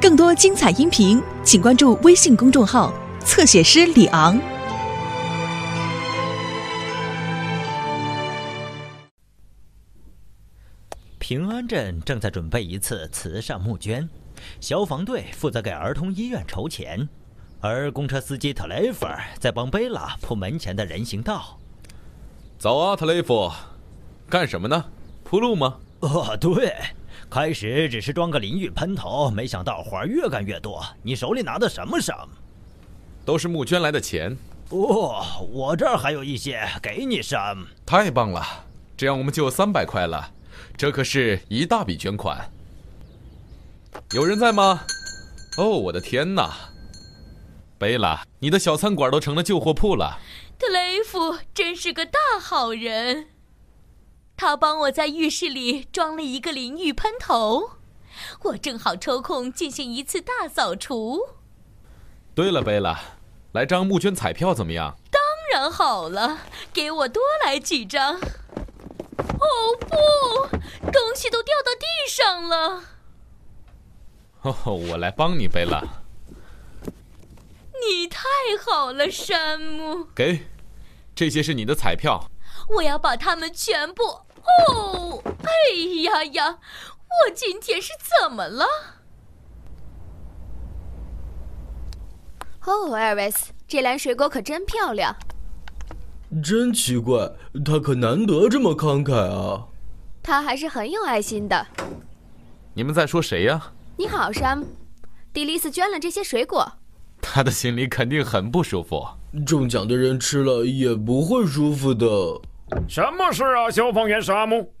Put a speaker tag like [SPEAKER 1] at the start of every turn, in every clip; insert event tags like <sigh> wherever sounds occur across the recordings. [SPEAKER 1] 更多精彩音频，请关注微信公众号“侧写师李昂
[SPEAKER 2] 平安镇正在准备一次慈善募捐，消防队负责给儿童医院筹钱，而公车司机特雷弗尔在帮贝拉铺门前的人行道。
[SPEAKER 3] 早啊，特雷弗，干什么呢？铺路吗？
[SPEAKER 2] 哦，对，开始只是装个淋浴喷头，没想到活儿越干越多。你手里拿的什么伤？
[SPEAKER 3] 都是募捐来的钱，
[SPEAKER 2] 哦，我这儿还有一些，给你sam。
[SPEAKER 3] 太棒了！这样我们就有三百块了，这可是一大笔捐款。有人在吗？哦，我的天哪！贝拉，你的小餐馆都成了旧货铺了。
[SPEAKER 4] 特雷弗真是个大好人，他帮我在浴室里装了一个淋浴喷头，我正好抽空进行一次大扫除。
[SPEAKER 3] 对了，贝拉，来张募捐彩票怎么样？
[SPEAKER 4] 当然好了，给我多来几张。哦不，东西都掉到地上了！
[SPEAKER 3] 哦，我来帮你，贝拉。
[SPEAKER 4] 你太好了，山姆，
[SPEAKER 3] 给，这些是你的彩票。
[SPEAKER 4] 我要把它们全部……哦，哎呀呀，我今天是怎么了？
[SPEAKER 5] 哦，艾尔维斯，这篮水果可真漂亮。
[SPEAKER 6] 真奇怪，他可难得这么慷慨啊！
[SPEAKER 5] 他还是很有爱心的。
[SPEAKER 3] 你们在说谁呀、
[SPEAKER 5] 你好，山姆。迪丽斯捐了这些水果，
[SPEAKER 3] 他的心里肯定很不舒服。
[SPEAKER 6] 中奖的人吃了也不会舒服的。
[SPEAKER 7] 什么事啊，消防员沙姆？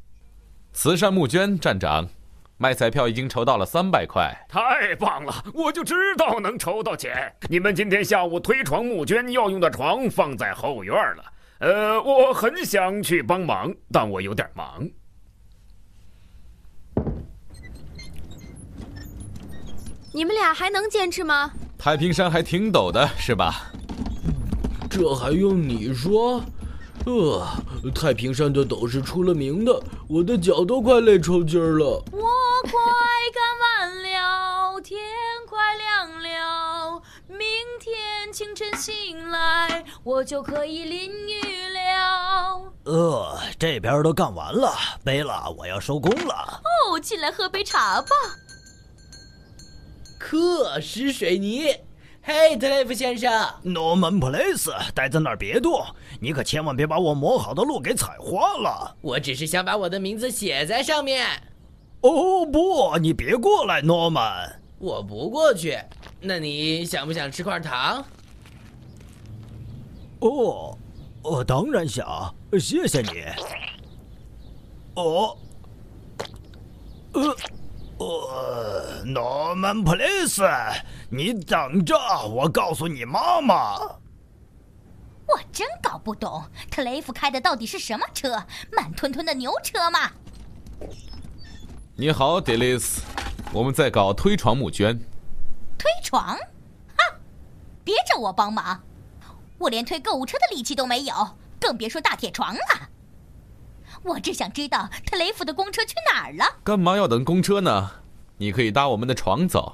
[SPEAKER 3] 慈善募捐站长，卖彩票已经筹到了三百块。
[SPEAKER 7] 太棒了，我就知道能筹到钱。你们今天下午推床募捐要用的床放在后院了。呃，我很想去帮忙，但我有点忙。
[SPEAKER 5] 你们俩还能坚持吗？
[SPEAKER 3] 太平山还挺陡的，是吧？
[SPEAKER 6] 这还用你说？呃，太平山的陡是出了名的，我的脚都快累抽筋儿了。
[SPEAKER 4] 我快干完了，天快亮了，明天清晨醒来，我就可以淋雨了。
[SPEAKER 2] 呃，这边都干完了，贝拉，我要收工了。
[SPEAKER 4] 哦，进来喝杯茶吧。
[SPEAKER 8] 克什水泥。嘿，特雷弗先生，
[SPEAKER 2] Norman Place，待在那儿别动，你可千万别把我磨好的路给踩花了。
[SPEAKER 8] 我只是想把我的名字写在上面。
[SPEAKER 2] 哦不，你别过来，Norman。
[SPEAKER 8] 我不过去，那你想不想吃块糖？
[SPEAKER 2] 哦，我当然想，谢谢你。哦，呃，呃，Norman Place，你等着，我告诉你妈妈。
[SPEAKER 9] 我真搞不懂，特雷弗开的到底是什么车？慢吞吞的牛车吗？
[SPEAKER 3] 你好，迪丽斯，我们在搞推床募捐。
[SPEAKER 9] 推床？哈！啊别找我帮忙，我连推购物车的力气都没有，更别说大铁床了。我只想知道特雷弗的公车去哪儿了。
[SPEAKER 3] 干嘛要等公车呢？你可以搭我们的床走。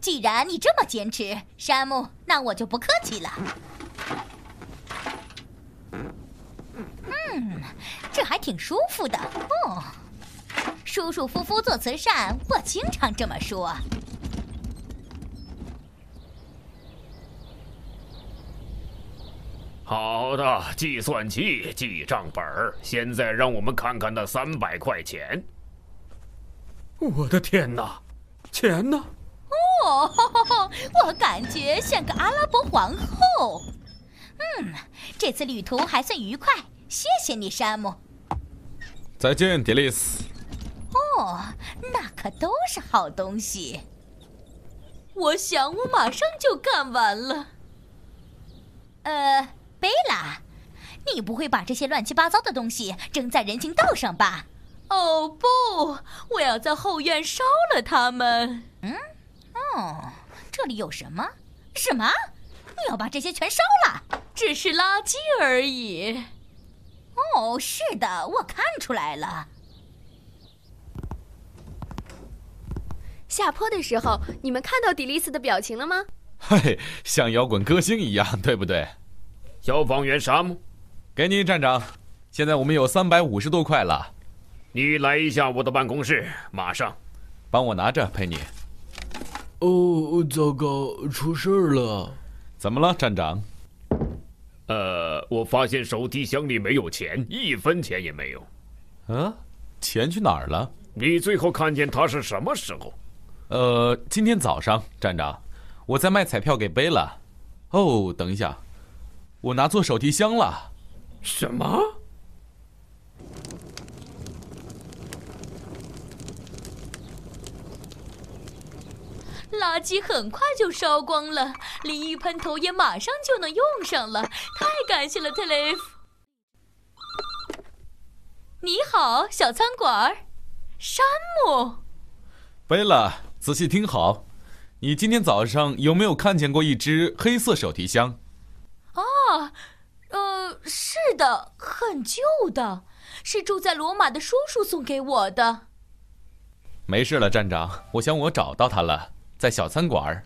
[SPEAKER 9] 既然你这么坚持，山姆，那我就不客气了。嗯，嗯这还挺舒服的哦。舒舒服服做慈善，我经常这么说。
[SPEAKER 7] 好的，计算器、记账本儿。现在让我们看看那三百块钱。我的天哪，钱呢？
[SPEAKER 9] 哦， <laughs> 我感觉像个阿拉伯皇后。嗯，这次旅途还算愉快，谢谢你，山姆。
[SPEAKER 3] 再见，迪丽斯。
[SPEAKER 9] 哦，那可都是好东西。
[SPEAKER 4] 我想我马上就干完了。
[SPEAKER 9] 呃，贝拉，你不会把这些乱七八糟的东西扔在人行道上吧？
[SPEAKER 4] 哦不，我要在后院烧了它们。
[SPEAKER 9] 嗯哦，这里有什么？什么？你要把这些全烧了？
[SPEAKER 4] 只是垃圾而已。
[SPEAKER 9] 哦，是的，我看出来了。
[SPEAKER 5] 下坡的时候，你们看到迪丽斯的表情了吗？
[SPEAKER 3] 嘿，像摇滚歌星一样，对不对？
[SPEAKER 7] 消防员沙姆，
[SPEAKER 3] 给你，站长。现在我们有三百五十多块了，
[SPEAKER 7] 你来一下我的办公室，马上。
[SPEAKER 3] 帮我拿着，佩妮。
[SPEAKER 6] 哦，糟糕，出事儿了！
[SPEAKER 3] 怎么了，站长？
[SPEAKER 7] 呃，我发现手提箱里没有钱，一分钱也没有。
[SPEAKER 3] 啊，钱去哪儿了？
[SPEAKER 7] 你最后看见他是什么时候？
[SPEAKER 3] 呃，今天早上，站长，我在卖彩票给贝拉。哦，等一下，我拿错手提箱了。
[SPEAKER 7] 什么？
[SPEAKER 4] 垃圾很快就烧光了，淋浴喷头也马上就能用上了，太感谢了，特雷弗。你好，小餐馆儿，山姆。
[SPEAKER 3] 贝拉，仔细听好，你今天早上有没有看见过一只黑色手提箱？
[SPEAKER 4] 啊，呃，是的，很旧的，是住在罗马的叔叔送给我的。
[SPEAKER 3] 没事了，站长，我想我找到它了，在小餐馆儿。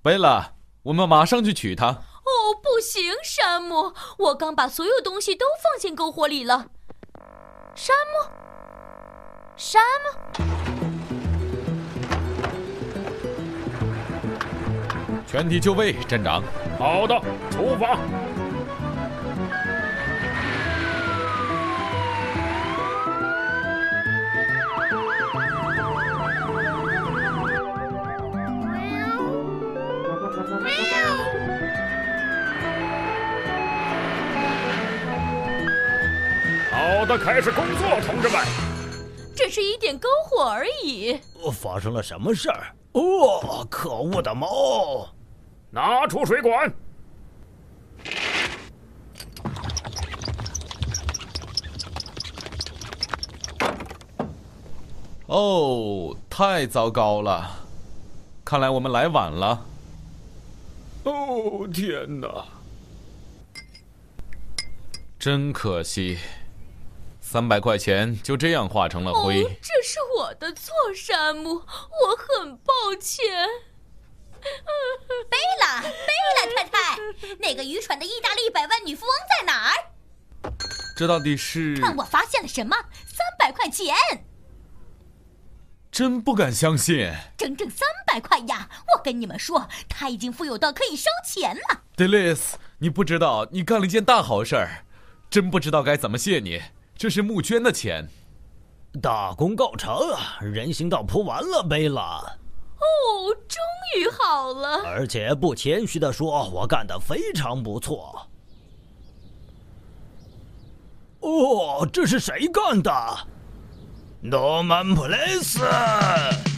[SPEAKER 3] 贝拉，我们马上去取它。
[SPEAKER 4] 哦，不行，山姆，我刚把所有东西都放进篝火里了。山姆，山姆，
[SPEAKER 3] 全体就位，站长。
[SPEAKER 7] 好的，出发。好的，开始工作，同志们。
[SPEAKER 4] 这是一点篝火而已。
[SPEAKER 2] 发生了什么事儿？哦，可恶的猫！
[SPEAKER 7] 拿出水管。
[SPEAKER 3] 哦，太糟糕了，看来我们来晚了。
[SPEAKER 7] 哦，天哪！
[SPEAKER 3] 真可惜，三百块钱就这样化成了
[SPEAKER 4] 哦
[SPEAKER 3] 灰。，
[SPEAKER 4] 这是我的错，山姆，我很抱歉。
[SPEAKER 9] 贝拉，贝拉太太，那个愚蠢的意大利百万女富翁在哪儿？
[SPEAKER 3] 这到底是？
[SPEAKER 9] 看我发现了什么？三百块钱，
[SPEAKER 3] 真不敢相信
[SPEAKER 9] 整整三百块呀！我跟你们说，她已经富有到可以烧钱了。
[SPEAKER 3] ，Delis，你不知道，你干了一件大好事儿，真不知道该怎么谢你。这是募捐的钱，
[SPEAKER 2] 大功告成啊！人行道铺完了，贝拉。
[SPEAKER 4] 哦，终于好了。
[SPEAKER 2] 而且不谦虚的说，我干得非常不错。哦，这是谁干的？Norman Place。